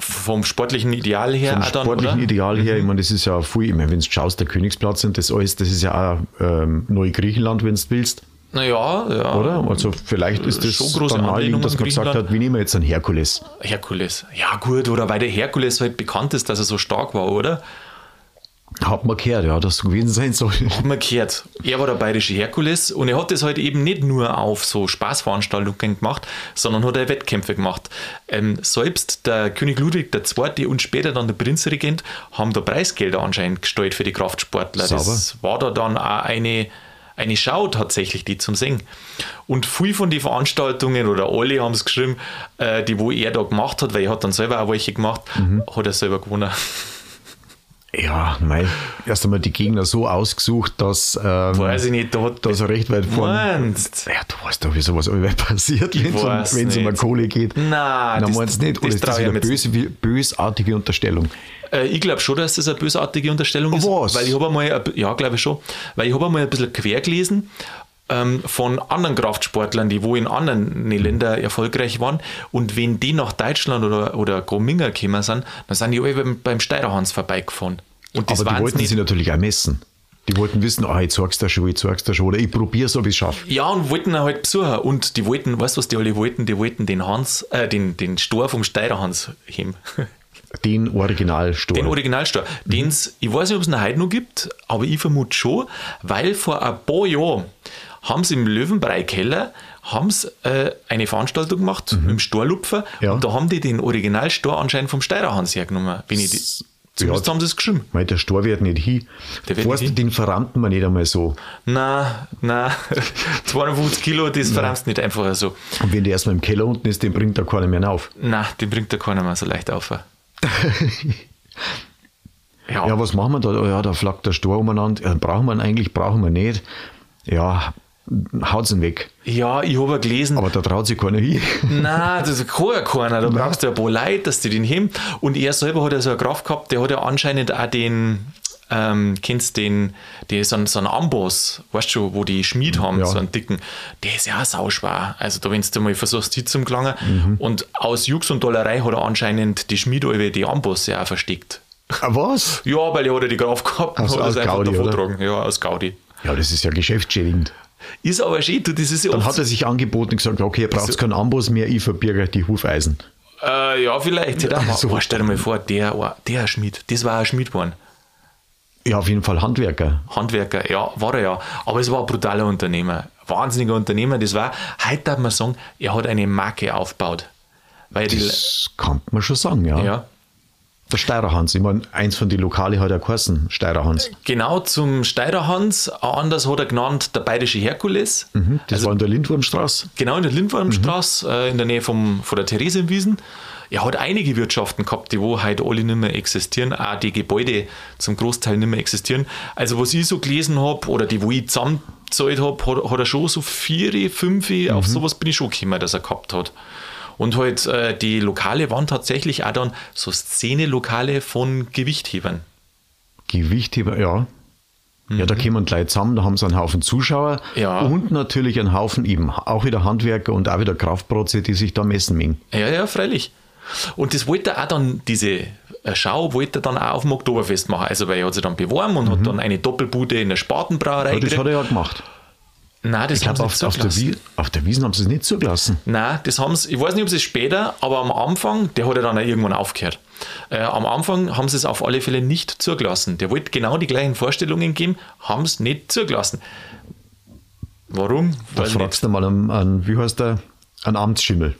Speaker 1: Vom sportlichen Ideal her
Speaker 2: Vom
Speaker 1: auch Ah, dann,
Speaker 2: sportlichen
Speaker 1: oder? Mhm.
Speaker 2: Ideal her, ich meine, das ist ja viel, ich meine, wenn du schaust, der Königsplatz und das alles, das ist ja auch ähm, Neu-Griechenland, wenn du willst,
Speaker 1: Naja, ja.
Speaker 2: oder? Also vielleicht ist
Speaker 1: Äh,
Speaker 2: das
Speaker 1: schon große
Speaker 2: dann naheliegend, dass man
Speaker 1: Anlehnung an
Speaker 2: gesagt hat, wie nehmen wir jetzt einen Herkules?
Speaker 1: Herkules. Ja, gut, oder weil der Herkules halt bekannt ist, dass er so stark war, oder?
Speaker 2: Hat man gehört, ja, dass es gewesen sein soll.
Speaker 1: Hat man gehört. Er war der bayerische Herkules und er hat das halt eben nicht nur auf so Spaßveranstaltungen gemacht, sondern hat er Wettkämpfe gemacht. Ähm, selbst der König Ludwig II. und später dann der Prinzregent haben da Preisgelder anscheinend gestellt für die Kraftsportler. Das war da dann auch eine, eine Schau tatsächlich, die zum Singen. Und viel von den Veranstaltungen oder alle haben es geschrieben, äh, die wo er da gemacht hat, weil er hat dann selber auch welche gemacht, hat er selber gewonnen.
Speaker 2: Ja, mei, erst einmal die Gegner so ausgesucht, dass, ähm,
Speaker 1: Weiß ich nicht, da hat
Speaker 2: dass er recht weit vorne.
Speaker 1: Meinst?
Speaker 2: Ja, du weißt doch, wie sowas allweil passiert, wenn
Speaker 1: weiß
Speaker 2: es um, eine
Speaker 1: nicht.
Speaker 2: Kohle geht.
Speaker 1: Nein,
Speaker 2: Nein
Speaker 1: das-
Speaker 2: meinst du nicht? Oder
Speaker 1: das
Speaker 2: ist das
Speaker 1: trau ich
Speaker 2: eine
Speaker 1: ihm jetzt
Speaker 2: böse, bösartige Unterstellung?
Speaker 1: Äh, ich glaube schon, dass das eine bösartige Unterstellung ist.
Speaker 2: Was?
Speaker 1: Weil ich habe einmal, ein bi- ja, glaube ich schon, weil ich habe einmal ein bisschen quer gelesen ähm, von anderen Kraftsportlern, die wo in anderen Ländern erfolgreich waren. Und wenn die nach Deutschland oder, oder Grominger gekommen sind, dann sind die alle beim, beim Steirerhans vorbeigefahren. Und das
Speaker 2: Aber die
Speaker 1: waren
Speaker 2: wollten
Speaker 1: nicht.
Speaker 2: sie natürlich auch messen. Die wollten wissen, ah, ich zeig's dir schon, ich zeig's dir schon, oder ich probier's, ob ich schaffe.
Speaker 1: Ja, und wollten ihn halt besuchen. Und die wollten, weißt du, was die alle wollten? Die wollten den Hans, äh, den, den Stor vom Steirerhans heben.
Speaker 2: Den Originalstor.
Speaker 1: Den Originalstor.
Speaker 2: Mhm.
Speaker 1: Den's, ich weiß nicht, ob es ihn heute noch gibt, aber ich vermute schon, weil vor ein paar Jahren haben sie im Löwenbrei-Keller haben's, äh, eine Veranstaltung gemacht im Storlupfer
Speaker 2: Mhm. Ja.
Speaker 1: und da haben die den Originalstor anscheinend vom Steirerhans hergenommen. Wenn ich die, zumindest haben sie es geschrieben.
Speaker 2: Mei, der Stor wird nicht hin.
Speaker 1: Der wird
Speaker 2: Weißt
Speaker 1: nicht
Speaker 2: du, den verrammten wir nicht einmal so.
Speaker 1: Na, na, 52 Kilo, das verrammst nicht einfach so.
Speaker 2: Und wenn der erstmal im Keller unten ist, den bringt da keiner mehr auf.
Speaker 1: Na, den bringt der keiner mehr so leicht auf.
Speaker 2: Ja, was machen wir da? Oh Ja, da flackt der Stor umeinander. Ja, brauchen wir ihn eigentlich, brauchen wir nicht. Ja, haut's ihn weg.
Speaker 1: ja ich habe gelesen,
Speaker 2: Aber da traut sich keiner hin.
Speaker 1: Nein, das kann ja keiner. Da brauchst du ja ein paar Leute, dass die den heben. Und er selber hat ja so eine Kraft gehabt, der hat ja anscheinend auch den, ähm, kennst du den, der ist so, ein- so ein Amboss, weißt du schon, wo die Schmied haben,
Speaker 2: Mhm, Ja.
Speaker 1: so einen dicken, der ist ja auch sauschwer. Also da, wenn du mal versuchst, die zum Gelangen.
Speaker 2: Mhm.
Speaker 1: Und aus Jux und Dollerei hat er anscheinend die Schmied alle die Ambosse auch versteckt.
Speaker 2: Ah, was?
Speaker 1: Ja, weil er hat ja die Kraft gehabt
Speaker 2: Aus-
Speaker 1: und hat
Speaker 2: aus
Speaker 1: es einfach
Speaker 2: Gaudi,
Speaker 1: davon
Speaker 2: oder?
Speaker 1: getragen. Ja, aus Gaudi.
Speaker 2: Ja, das ist ja geschäftsschädigend.
Speaker 1: Ist aber schön, du, das ist ja
Speaker 2: Dann
Speaker 1: oft
Speaker 2: hat er sich angeboten und gesagt, okay, ihr braucht keinen Amboss mehr, ich verbirge euch die Hufeisen.
Speaker 1: Äh, ja, vielleicht. Ja, mal,
Speaker 2: so.
Speaker 1: oh, stell dir mal vor, der, oh, der Schmied, das war ein Schmied geworden.
Speaker 2: Ja, auf jeden Fall Handwerker.
Speaker 1: Handwerker, ja, war er ja. Aber es war ein brutaler Unternehmer. Wahnsinniger Unternehmer, das war. Heute darf man sagen, er hat eine Marke aufgebaut. Weil die,
Speaker 2: Das kann man schon sagen, ja.
Speaker 1: ja,
Speaker 2: Der Steirerhans, ich meine, eins von den Lokale hat ja geheißen, Steirerhans.
Speaker 1: genau zum Steirerhans, anders hat er genannt, der bayerische Herkules.
Speaker 2: Hm, Das war in der Lindwurmstraße.
Speaker 1: Genau in der Lindwurmstraße, äh, in der Nähe vom, von der Theresienwiesen. Er hat einige Wirtschaften gehabt, die wo heute alle nicht mehr existieren, auch die Gebäude zum Großteil nicht mehr existieren. Also was ich so gelesen habe oder die, wo ich zusammengezahlt habe, hat, hat er schon so vier, fünf, auf sowas bin ich schon gekommen, dass er gehabt hat. Und halt äh, die Lokale waren tatsächlich auch dann so Szene-Lokale von Gewichthebern.
Speaker 2: Gewichtheber, ja. Ja, da kommen die Leute zusammen, da haben sie einen Haufen Zuschauer
Speaker 1: Ja.
Speaker 2: und natürlich einen Haufen eben auch wieder Handwerker und auch wieder Kraftprotze, die sich da messen mögen.
Speaker 1: Ja, ja, freilich. Und das wollte er auch dann, diese äh, Schau wollte er dann auch auf dem Oktoberfest machen. Also, weil er hat sich dann beworben und hat dann eine Doppelbude in der Spatenbrauerei
Speaker 2: Mhm. Aber das
Speaker 1: gekriegt.
Speaker 2: hat er ja gemacht.
Speaker 1: Nein, das
Speaker 2: Ich
Speaker 1: haben
Speaker 2: glaube,
Speaker 1: sie
Speaker 2: auf,
Speaker 1: nicht
Speaker 2: auf, der
Speaker 1: zugelassen.
Speaker 2: Wies- auf der Wiesen haben sie es nicht zugelassen.
Speaker 1: Nein, das haben sie, ich weiß nicht, ob sie es später, aber am Anfang, der hat ja dann auch irgendwann aufgehört. Äh, am Anfang haben sie es auf alle Fälle nicht zugelassen. Der wollte genau die gleichen Vorstellungen geben, haben es nicht zugelassen. Warum?
Speaker 2: Da
Speaker 1: Weiß nicht.
Speaker 2: fragst du mal einen, einen, wie heißt der, einen Amtsschimmel.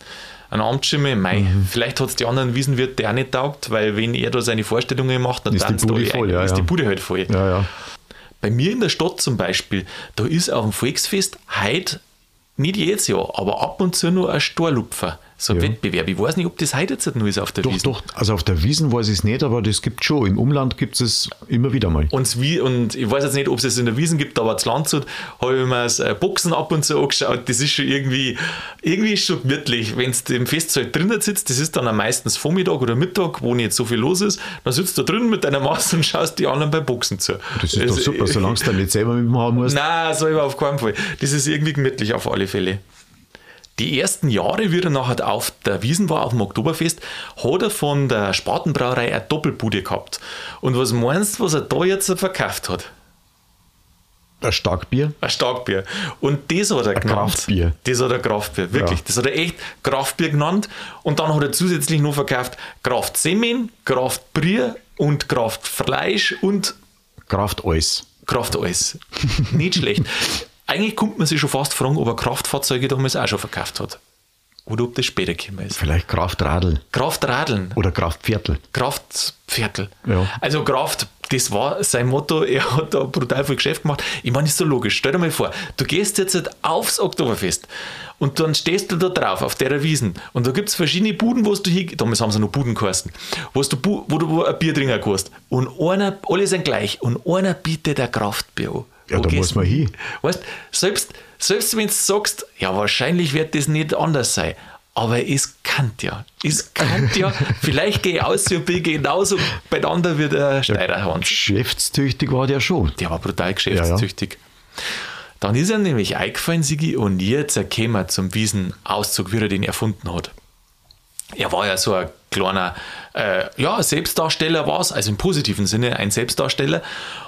Speaker 1: ein Amtsschimmel, mei,
Speaker 2: Mhm.
Speaker 1: vielleicht hat es die anderen Wiesenwirt, der auch nicht taugt, weil wenn er da seine Vorstellungen macht, dann
Speaker 2: Ist die
Speaker 1: tanzt
Speaker 2: Bude
Speaker 1: alle ein,
Speaker 2: voll, ja,
Speaker 1: ist
Speaker 2: ja.
Speaker 1: die Bude halt voll.
Speaker 2: Ja, ja.
Speaker 1: Bei mir in der Stadt zum Beispiel, da ist auf dem Volksfest heute, nicht jedes Jahr, aber ab und zu nur ein Storlupfer, so ein
Speaker 2: Ja.
Speaker 1: Wettbewerb. Ich weiß nicht, ob das heute jetzt nur ist auf der
Speaker 2: Doch,
Speaker 1: Wiesn.
Speaker 2: doch. Also auf der Wiesen weiß ich es nicht, aber das gibt schon. Im Umland gibt es immer wieder mal.
Speaker 1: Und, wie, und ich weiß jetzt nicht, ob es es in der Wiesen gibt, aber zu Landshut habe ich mir das äh, Boxen ab und zu angeschaut. Das ist schon irgendwie, irgendwie ist schon gemütlich. Wenn du im Festsaal drinnen sitzt, das ist dann am meistens Vormittag oder Mittag, wo nicht so viel los ist, dann sitzt du drin mit deiner Masse und schaust die anderen beim Boxen zu. Also,
Speaker 2: Das ist doch super, solange es dann nicht selber mitmachen musst.
Speaker 1: Nein, selber auf keinen Fall. Das ist irgendwie gemütlich auf alle Fälle. Die ersten Jahre, wie er nachher auf der Wiesen war, auf dem Oktoberfest, hat er von der Spatenbrauerei eine Doppelbude gehabt. Und was meinst du, was er da jetzt verkauft hat?
Speaker 2: Ein Starkbier.
Speaker 1: Ein Starkbier. Und das hat er genannt.
Speaker 2: Kraftbier.
Speaker 1: Das hat er Kraftbier, wirklich.
Speaker 2: Ja.
Speaker 1: Das hat er echt Kraftbier genannt. Und dann hat er zusätzlich noch verkauft Kraftsemen, Kraftbier und Kraftfleisch und
Speaker 2: Kraft alles.
Speaker 1: Kraft alles. Nicht schlecht. Eigentlich kommt man sich schon fast fragen, ob er Kraftfahrzeuge damals auch schon verkauft hat. Oder ob das später gekommen ist.
Speaker 2: Vielleicht Kraftradl
Speaker 1: Kraftradeln,
Speaker 2: oder Kraftviertel.
Speaker 1: Kraftpferdl.
Speaker 2: Ja.
Speaker 1: Also Kraft, das war sein Motto. Er hat da brutal viel Geschäft gemacht. Ich meine, ist so logisch. Stell dir mal vor, du gehst jetzt halt aufs Oktoberfest und dann stehst du da drauf, auf der Wiesen. Und da gibt es verschiedene Buden, wo du hier, damals haben sie noch Buden geheißen, wo du, Bu- wo du wo ein Bier trinken kannst. Und einer, alle sind gleich. Und einer bietet ein Kraftbier an.
Speaker 2: Ja,
Speaker 1: Wo
Speaker 2: da
Speaker 1: gehst
Speaker 2: muss man
Speaker 1: du?
Speaker 2: hin.
Speaker 1: Weißt, selbst, selbst wenn du sagst, ja, wahrscheinlich wird das nicht anders sein. Aber es kann ja. Es kann ja. Vielleicht gehe ich aus und bin genauso beieinander wie der Steirerhans.
Speaker 2: Geschäftstüchtig war der schon.
Speaker 1: Der war brutal geschäftstüchtig. Dann ist er nämlich eingefallen, Sigi, und jetzt käme er zum Wiesenauszug, wie er den erfunden hat. Er war ja so ein kleiner äh, ja, Selbstdarsteller war es, also im positiven Sinne ein Selbstdarsteller.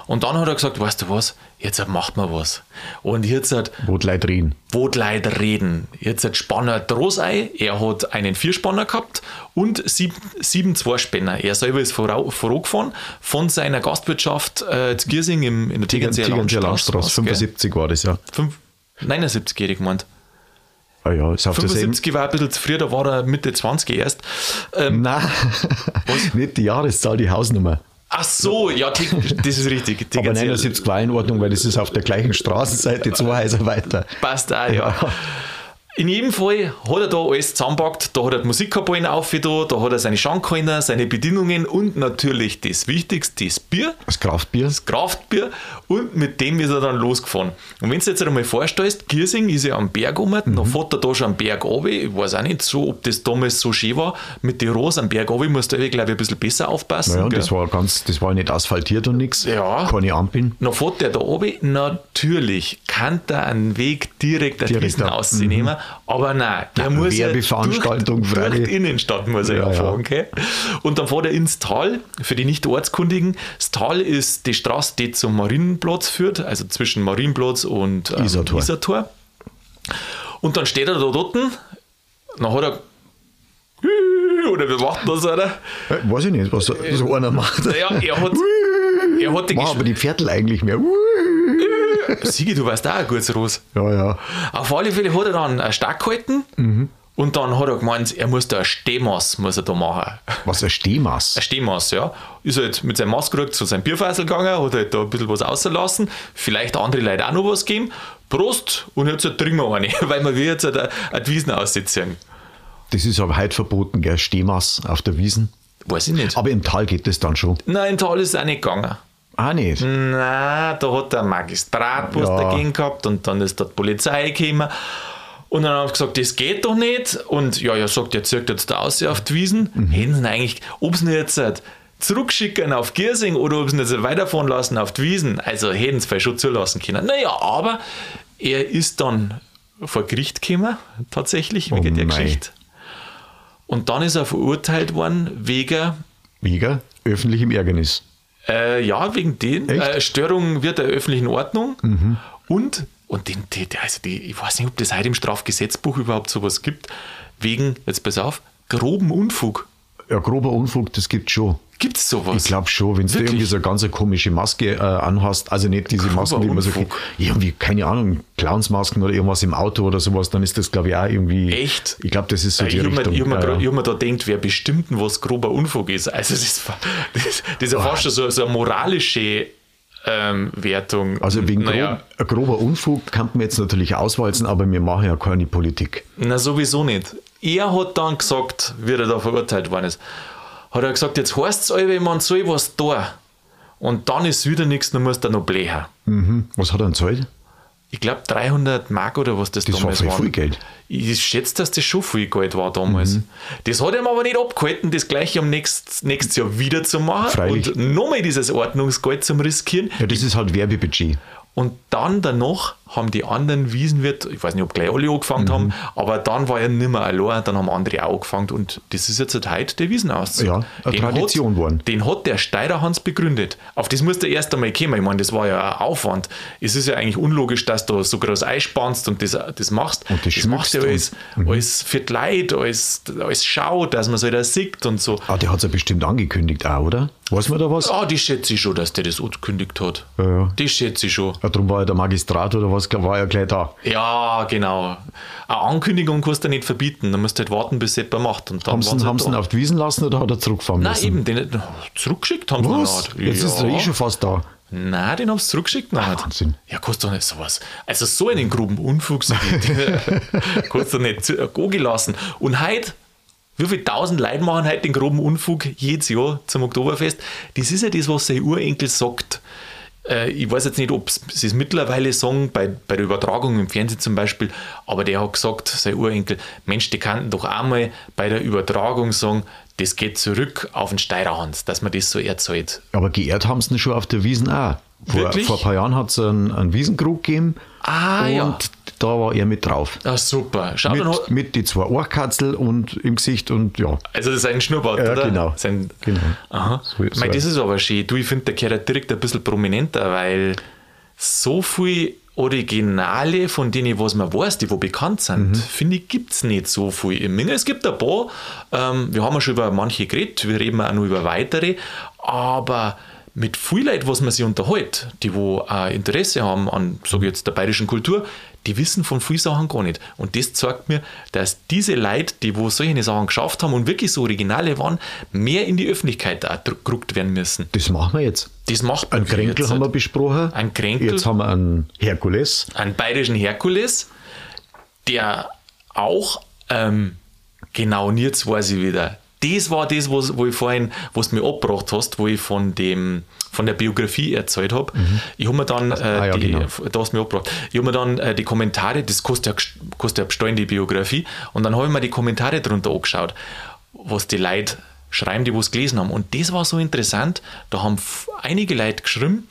Speaker 1: Und dann hat er gesagt, weißt du was, jetzt macht man was. Und jetzt hat
Speaker 2: Wo die Leute reden.
Speaker 1: wo die Leute reden. Jetzt hat Spanner Drosei, er hat einen Vierspanner gehabt und sieben, sieben Zweispänner. Er selber ist vorau- vorgefahren von seiner Gastwirtschaft äh, zu Giersing im, in der Tegernseer
Speaker 2: Tegernseer Landstraße,
Speaker 1: Landstraße. gell?
Speaker 2: 75 war das ja.
Speaker 1: Fünf- 79 hätte ich gemeint.
Speaker 2: Ah ja, ist auf derselben.
Speaker 1: 75 war ein bisschen zu früh, da war er Mitte 20 erst. Ähm,
Speaker 2: Nein, nicht die Jahreszahl, die Hausnummer.
Speaker 1: ach so, ja, Teg- das ist richtig.
Speaker 2: Aber
Speaker 1: Tegernseer-
Speaker 2: 79 war in Ordnung, weil das ist auf der gleichen Straßenseite, zwei Häuser weiter.
Speaker 1: Passt auch, ja. In jedem Fall hat er da alles zusammenpackt. Da hat er die Musikkapellen auf, da, da hat er seine Schankhalter, seine Bedienungen und natürlich das Wichtigste, das Bier,
Speaker 2: Das Kraftbier.
Speaker 1: das Kraftbier. Und mit dem ist er dann losgefahren. Und wenn du dir jetzt einmal vorstellst, Giersing ist ja am Berg oben,
Speaker 2: Mhm.
Speaker 1: dann fährt er da schon am Berg runter. Ich weiß auch nicht so, ob das damals so schön war. Mit den Rosen am Berg runter musst du, glaube ich, ein bisschen besser aufpassen.
Speaker 2: Naja, und
Speaker 1: gell?
Speaker 2: das war ganz, das war nicht asphaltiert und nichts.
Speaker 1: Ja.
Speaker 2: Keine Ampeln.
Speaker 1: Noch fährt der da oben, natürlich kann der einen Weg direkt auf
Speaker 2: Direkt
Speaker 1: Wiesen
Speaker 2: ab,
Speaker 1: ausnehmen, aber nein, der
Speaker 2: Mhm. Nein,
Speaker 1: muss ja
Speaker 2: Werbeveranstaltung,
Speaker 1: durch, durch
Speaker 2: freilich.
Speaker 1: die Innenstadt muss er
Speaker 2: Ja,
Speaker 1: ja
Speaker 2: ja.
Speaker 1: fahren, gell? Und dann fährt er ins Tal, für die nicht Ortskundigen, das Tal ist die Straße, die zum Marienplatz führt, also zwischen Marienplatz und ähm,
Speaker 2: Isartor.
Speaker 1: Isartor. Und dann steht er da dort, dann hat er oder wir machen das, oder?
Speaker 2: Äh, Weiß ich nicht, was so so einer macht.
Speaker 1: Ja, er hat, er hat die
Speaker 2: Machen aber die Viertel eigentlich mehr.
Speaker 1: Sigi, du weißt auch ein gutes Ros.
Speaker 2: Ja, ja.
Speaker 1: Auf alle Fälle hat er dann einen Stark gehalten und dann hat er gemeint, er muss da ein Stehmaß muss er da machen.
Speaker 2: Was ein Stehmaß.
Speaker 1: Ein Stehmaß, ja. Ist halt mit seinem Maß gerückt zu seinem Bierfassel gegangen, hat halt da ein bisschen was ausgelassen, vielleicht andere Leute auch noch was geben. Prost und jetzt halt trinken wir eine, weil wir will jetzt halt eine Wiesen aussitzen.
Speaker 2: Das ist aber heute verboten, gell? Stehmaß auf der Wiesen.
Speaker 1: Weiß ich nicht.
Speaker 2: Aber im Tal geht das dann schon.
Speaker 1: Nein, Tal ist auch nicht gegangen.
Speaker 2: Ah, nicht.
Speaker 1: Na, da hat der Magistrat was
Speaker 2: Ja.
Speaker 1: dagegen gehabt und dann ist dort die Polizei gekommen. Und dann haben sie gesagt, das geht doch nicht. Und ja, ja, sagt, er zirkt jetzt da aus auf die Wiesen.
Speaker 2: Mhm.
Speaker 1: Hätten sie ihn eigentlich, ob sie ihn jetzt halt zurückschicken auf Giersing oder ob sie ihn jetzt halt weiterfahren lassen auf die Wiesen. Also hätten sie vielleicht schon zulassen können. Naja, aber er ist dann vor Gericht gekommen, tatsächlich, wegen der
Speaker 2: Oh mei.
Speaker 1: Geschichte. Und dann ist er verurteilt worden wegen
Speaker 2: Wegen öffentlichem Ärgernis.
Speaker 1: äh, ja, wegen den
Speaker 2: Echt? Mhm.
Speaker 1: äh, Störungen wird der öffentlichen Ordnung und, und den, die, die- also die, ich weiß nicht, ob das heute im Strafgesetzbuch überhaupt sowas gibt, wegen, jetzt pass auf, groben Unfug.
Speaker 2: Ja, grober Unfug, das gibt schon.
Speaker 1: Gibt es sowas?
Speaker 2: Ich glaube schon, wenn du
Speaker 1: Wirklich?
Speaker 2: irgendwie so eine ganz komische Maske äh, anhast, also nicht diese Masken, die man so
Speaker 1: Unfug.
Speaker 2: irgendwie, keine Ahnung, Clownsmasken oder irgendwas im Auto oder sowas, dann ist das, glaube ich, auch irgendwie.
Speaker 1: Echt?
Speaker 2: Ich glaube, das ist so
Speaker 1: Ich
Speaker 2: die
Speaker 1: habe mir,
Speaker 2: Richtung.
Speaker 1: ich hab mir,
Speaker 2: äh,
Speaker 1: gra- ich hab mir da denkt, wer bestimmt, was grober Unfug ist. Also, das, ist- das, das ist ja fast schon so, so eine moralische ähm, Wertung.
Speaker 2: also wegen
Speaker 1: naja,
Speaker 2: grob, grober Unfug kann man jetzt natürlich auswalzen, aber wir machen ja keine Politik.
Speaker 1: Na, sowieso nicht. Er hat dann gesagt, wie er da verurteilt worden ist, hat er gesagt, jetzt heißt es alle, man soll was tun. Und dann ist wieder nichts, dann muss er noch blechen.
Speaker 2: Mhm. Was hat er denn zahlt?
Speaker 1: Ich glaube 300 Mark oder was das,
Speaker 2: Das war
Speaker 1: damals
Speaker 2: voll
Speaker 1: war.
Speaker 2: viel Mhm. Geld.
Speaker 1: Ich schätze, dass das schon viel Geld war damals. Das hat ihm aber nicht abgehalten, das gleiche am nächst, nächstes Jahr wieder zu machen
Speaker 2: Freilich.
Speaker 1: und nochmal dieses Ordnungsgeld zum Riskieren.
Speaker 2: Ja, das ist halt Werbebudget.
Speaker 1: Und dann danach haben die anderen Wiesenwirt, ich weiß nicht, ob gleich alle angefangen
Speaker 2: Mhm.
Speaker 1: haben, aber dann war er nicht mehr allein, dann haben andere auch angefangen und das ist jetzt halt heute der Wiesenauszug.
Speaker 2: Ja, eine
Speaker 1: Den
Speaker 2: Tradition
Speaker 1: hat,
Speaker 2: geworden.
Speaker 1: Den hat der Steirerhans begründet. Auf das musste er erst einmal kommen. Ich meine, das war ja ein Aufwand. Es ist ja eigentlich unlogisch, dass du so groß einspannst und das, das machst.
Speaker 2: Und das
Speaker 1: das machst du ja
Speaker 2: schmückst Mhm.
Speaker 1: alles, alles für die Leute, alles, alles schau, dass man es halt auch sieht und so.
Speaker 2: Ah, der hat es ja bestimmt angekündigt auch, oder? Weiß man da was?
Speaker 1: Ah, die schätze ich schon, dass der das angekündigt hat.
Speaker 2: Ja, ja.
Speaker 1: Die schätze ich schon.
Speaker 2: Ja, darum war ja der Magistrat oder was, war ja gleich da.
Speaker 1: Ja, genau. Eine Ankündigung kannst du nicht verbieten. Du musst halt warten, bis jemand macht. Und dann
Speaker 2: Haben sie
Speaker 1: waren
Speaker 2: ihn
Speaker 1: sie
Speaker 2: haben sie ihn
Speaker 1: da.
Speaker 2: auf die Wiesen lassen oder hat er zurückfahren
Speaker 1: Nein,
Speaker 2: müssen?
Speaker 1: eben, den zurückgeschickt haben
Speaker 2: Was?
Speaker 1: sie ihn
Speaker 2: Jetzt ist er eh schon fast da.
Speaker 1: Nein, den haben sie zurückgeschickt. Nein.
Speaker 2: Wahnsinn.
Speaker 1: Ja, kannst du nicht sowas. Also so einen groben Unfug so geht. kannst du nicht zu- gehen lassen. Und heute, wie viele tausend Leute machen heute den groben Unfug jedes Jahr zum Oktoberfest? Das ist ja das, was sein Urenkel sagt. Äh, Ich weiß jetzt nicht, ob sie es mittlerweile sagen, bei, bei der Übertragung im Fernsehen zum Beispiel, aber der hat gesagt, sein Urenkel, Mensch, die kannten doch einmal bei der Übertragung sagen, das geht zurück auf den Steirerhans, dass man das so erzählt.
Speaker 2: Aber geehrt haben sie ihn schon auf der Wiesen auch. Vor,
Speaker 1: Wirklich?
Speaker 2: vor ein paar Jahren hat es einen, einen Wiesenkrug gegeben.
Speaker 1: Ah,
Speaker 2: und
Speaker 1: ja.
Speaker 2: da war er mit drauf.
Speaker 1: Ah, super. Schau, dann,
Speaker 2: Mit, mit die zwei Ohrkatzel und im Gesicht und ja.
Speaker 1: Also das ist ein Schnurrbart,
Speaker 2: Ja,
Speaker 1: oder?
Speaker 2: genau.
Speaker 1: Sein,
Speaker 2: Genau.
Speaker 1: Aha.
Speaker 2: So- so
Speaker 1: Mei,
Speaker 2: ein-
Speaker 1: das ist aber schön. Du, ich finde, der gehört direkt ein bisschen prominenter, weil so viel Originale von denen, was man weiß, die wo bekannt
Speaker 2: Mhm.
Speaker 1: sind, finde ich, gibt es nicht so viel. Im Minge, es gibt ein paar, ähm, wir haben ja schon über manche geredet, wir reden auch noch über weitere, aber mit viel Leuten, was man sich unterhält, die wo äh, Interesse haben an, sage ich jetzt, der bayerischen Kultur, die wissen von vielen Sachen gar nicht. Und das zeigt mir, dass diese Leute, die wo solche Sachen geschafft haben und wirklich so Originale waren, mehr in die Öffentlichkeit auch dr- gerückt werden müssen.
Speaker 2: Das machen wir jetzt.
Speaker 1: Das macht
Speaker 2: Einen Kränkel haben wir besprochen.
Speaker 1: halt? Einen Kränkel?
Speaker 2: Jetzt haben wir einen Herkules.
Speaker 1: einen bayerischen Herkules, der auch ähm, genau und jetzt weiß ich wieder. Das war das, was, wo ich vorhin, was mir abgebracht hast, wo ich von dem von der Biografie erzählt habe. Ich habe mir dann äh,
Speaker 2: Mhm. ah ja,
Speaker 1: die,
Speaker 2: genau.
Speaker 1: da hast du mich abgebracht. Ich habe mir dann äh, die Kommentare, das kostet ja, gest- kostet ja besteuern, die Biografie, und dann habe ich mir die Kommentare drunter angeschaut, was die Leute schreiben, die was gelesen haben. Und das war so interessant, da haben f- einige Leute geschrieben,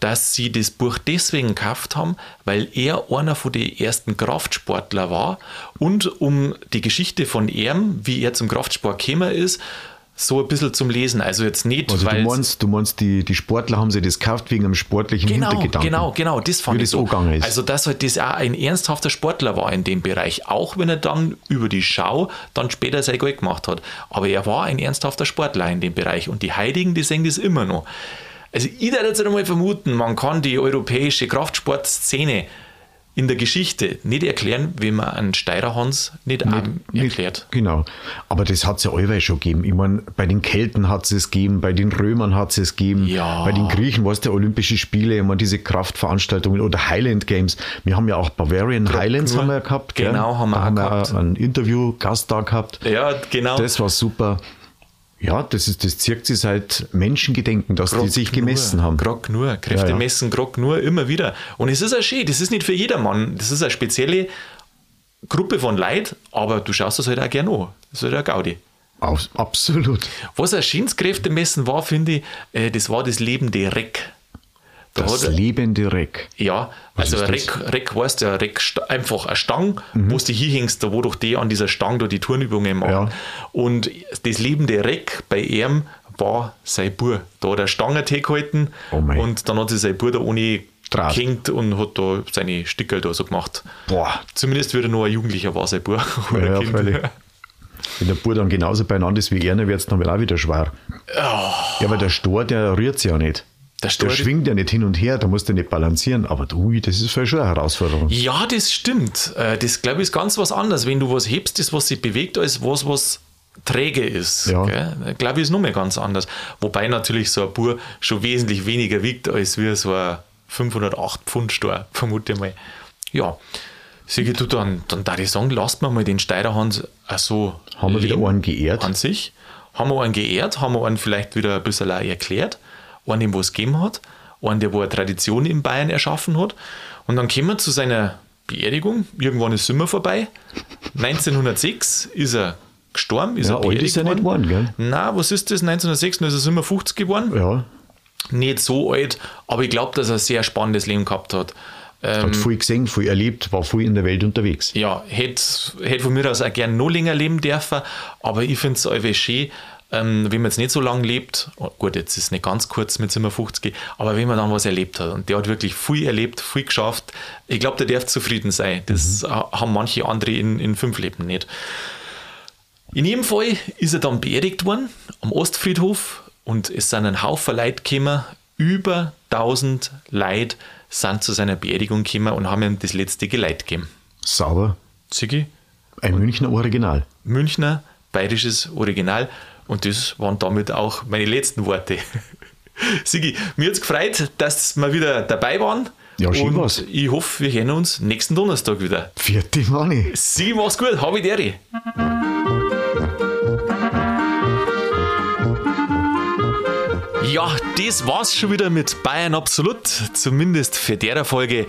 Speaker 1: dass sie das Buch deswegen gekauft haben, weil er einer von den ersten Kraftsportler war und um die Geschichte von ihm, wie er zum Kraftsport gekommen ist, so ein bisschen zum Lesen. Also jetzt nicht,
Speaker 2: Also
Speaker 1: weil
Speaker 2: du meinst, du meinst die, die Sportler haben sie das gekauft wegen einem sportlichen
Speaker 1: Genau,
Speaker 2: Hintergedanken.
Speaker 1: genau, genau, das fand
Speaker 2: Wie
Speaker 1: ich
Speaker 2: das
Speaker 1: so.
Speaker 2: angegangen ist.
Speaker 1: Also, dass halt das auch ein ernsthafter Sportler war in dem Bereich, auch wenn er dann über die Schau dann später sein Gold gemacht hat. Aber er war ein ernsthafter Sportler in dem Bereich und die Heiligen, die sehen das immer noch. Also, ich würde jetzt einmal vermuten, man kann die europäische Kraftsportszene in der Geschichte nicht erklären, wie man einen Steirerhans nicht, auch
Speaker 2: Nicht-
Speaker 1: erklärt.
Speaker 2: Genau. Aber das hat es ja allweil schon gegeben. Ich meine, bei den Kelten hat es es gegeben, bei den Römern hat es es gegeben,
Speaker 1: Ja.
Speaker 2: bei den Griechen war es der Olympische Spiele, ich meine, diese Kraftveranstaltungen oder Highland Games. Wir haben ja auch Bavarian Highlands
Speaker 1: nur.
Speaker 2: haben wir ja gehabt. gell?
Speaker 1: Genau, haben wir
Speaker 2: da
Speaker 1: auch
Speaker 2: haben wir
Speaker 1: gehabt.
Speaker 2: ein Interview, Gast da gehabt.
Speaker 1: Ja, genau.
Speaker 2: Das war super. Ja, das ist, das zirkt sie seit Menschengedenken, dass die sich gemessen
Speaker 1: nur,
Speaker 2: haben.
Speaker 1: Grog nur, Kräfte
Speaker 2: Ja, ja.
Speaker 1: messen, Grog nur, immer wieder. Und es ist auch schön, das ist nicht für jedermann. Das ist eine spezielle Gruppe von Leid, aber du schaust das halt auch gerne an. Das ist halt auch Gaudi.
Speaker 2: Aus, absolut.
Speaker 1: Was ein schönes Kräftemessen war, finde ich, äh, das war das lebende Reck. Da
Speaker 2: Das
Speaker 1: hat,
Speaker 2: lebende Reck.
Speaker 1: ja,
Speaker 2: Was
Speaker 1: also
Speaker 2: ist Mhm.
Speaker 1: Reck, Reck heißt ja Reck, st- einfach eine Stange, wo du die hier hängst, da wo doch die an dieser Stange da die Turnübungen machen.
Speaker 2: Ja.
Speaker 1: Und das lebende Reck bei ihm war sein Bub. Da hat er Stange gehalten
Speaker 2: Oh mei.
Speaker 1: und dann hat sich sein Bub da ohne
Speaker 2: Draht.
Speaker 1: gehängt und hat da seine Stickel da so gemacht.
Speaker 2: Boah.
Speaker 1: Zumindest wieder nur ein Jugendlicher war sein Bub. oder
Speaker 2: Ja,
Speaker 1: Kind.
Speaker 2: freilich. Wenn der Bub dann genauso beieinander ist wie er, dann wird es dann auch wieder schwer. Ja, aber der Stor, der rührt sich ja nicht.
Speaker 1: Oh. Der
Speaker 2: Der,
Speaker 1: Stor-
Speaker 2: schwingt ja nicht hin und her, da musst du nicht balancieren. Aber ui, das ist voll schon eine Herausforderung.
Speaker 1: Ja, das stimmt. Äh, Das glaube ich ist ganz was anderes. Wenn du was hebst, das, was sich bewegt, als was, was träge ist.
Speaker 2: Ja.
Speaker 1: Gell? Glaube ich, ist nochmal ganz anders. Wobei natürlich so ein Bur schon wesentlich weniger wiegt, als wir so ein 508 Pfund Stor, vermute ich mal. Ja. Sigi, du, dann, dann da ich sagen, lasst mir mal den Steiderhans auch so.
Speaker 2: Haben wir wieder
Speaker 1: leben
Speaker 2: einen geehrt?
Speaker 1: an sich. Haben wir einen geehrt, haben wir einen vielleicht wieder ein bisschen auch erklärt, einen, dem was gegeben hat, einen, der wo eine Tradition in Bayern erschaffen hat. Und dann kommen wir zu seiner Beerdigung. Irgendwann ist Sommer vorbei. 1906 ist er gestorben, ist
Speaker 2: Ja,
Speaker 1: er
Speaker 2: alt
Speaker 1: beerdigt
Speaker 2: ist er nicht
Speaker 1: worden.
Speaker 2: geworden,
Speaker 1: Na, was ist das? 1906 dann ist er Sommer 50 geworden.
Speaker 2: Ja,
Speaker 1: Nicht so alt, aber ich glaube, dass er ein sehr spannendes Leben gehabt hat. Ähm,
Speaker 2: hat viel gesehen, viel erlebt, war viel in der Welt unterwegs.
Speaker 1: ja, hätte hätt von mir aus auch gern noch länger leben dürfen, aber ich finde es allweil schön, ähm, wenn man jetzt nicht so lange lebt, oh, gut, jetzt ist nicht ganz kurz mit 57, aber wenn man dann was erlebt hat und der hat wirklich viel erlebt, viel geschafft, ich glaube, der darf zufrieden sein. Das ha- haben manche andere in, in fünf Leben nicht. In jedem Fall ist er dann beerdigt worden am Ostfriedhof und es sind ein Haufen Leute gekommen. Über 1000 Leute sind zu seiner Beerdigung gekommen und haben ihm das letzte Geleit gegeben.
Speaker 2: Sauber,
Speaker 1: Ziggy,
Speaker 2: ein Münchner Original.
Speaker 1: Münchner, bayerisches Original. Und das waren damit auch meine letzten Worte. Sigi, mir hat es gefreut, dass wir wieder dabei waren.
Speaker 2: Ja, schön
Speaker 1: und
Speaker 2: war's.
Speaker 1: ich hoffe, wir hören uns nächsten Donnerstag wieder.
Speaker 2: Vierte Money.
Speaker 1: Sigi, mach's gut. Habe ich Deri. Ja, das war's schon wieder mit Bayern Absolut, zumindest für derer Folge.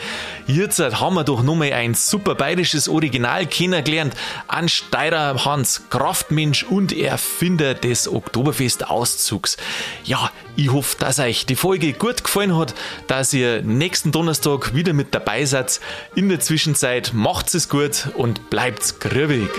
Speaker 1: Jetzt haben wir doch nochmal ein super bayerisches Original kennengelernt an Steirer Hans, Kraftmensch und Erfinder des Oktoberfest-Auszugs. Ja, ich hoffe, dass euch die Folge gut gefallen hat, dass ihr nächsten Donnerstag wieder mit dabei seid. In der Zwischenzeit macht's es gut und bleibt's grübig.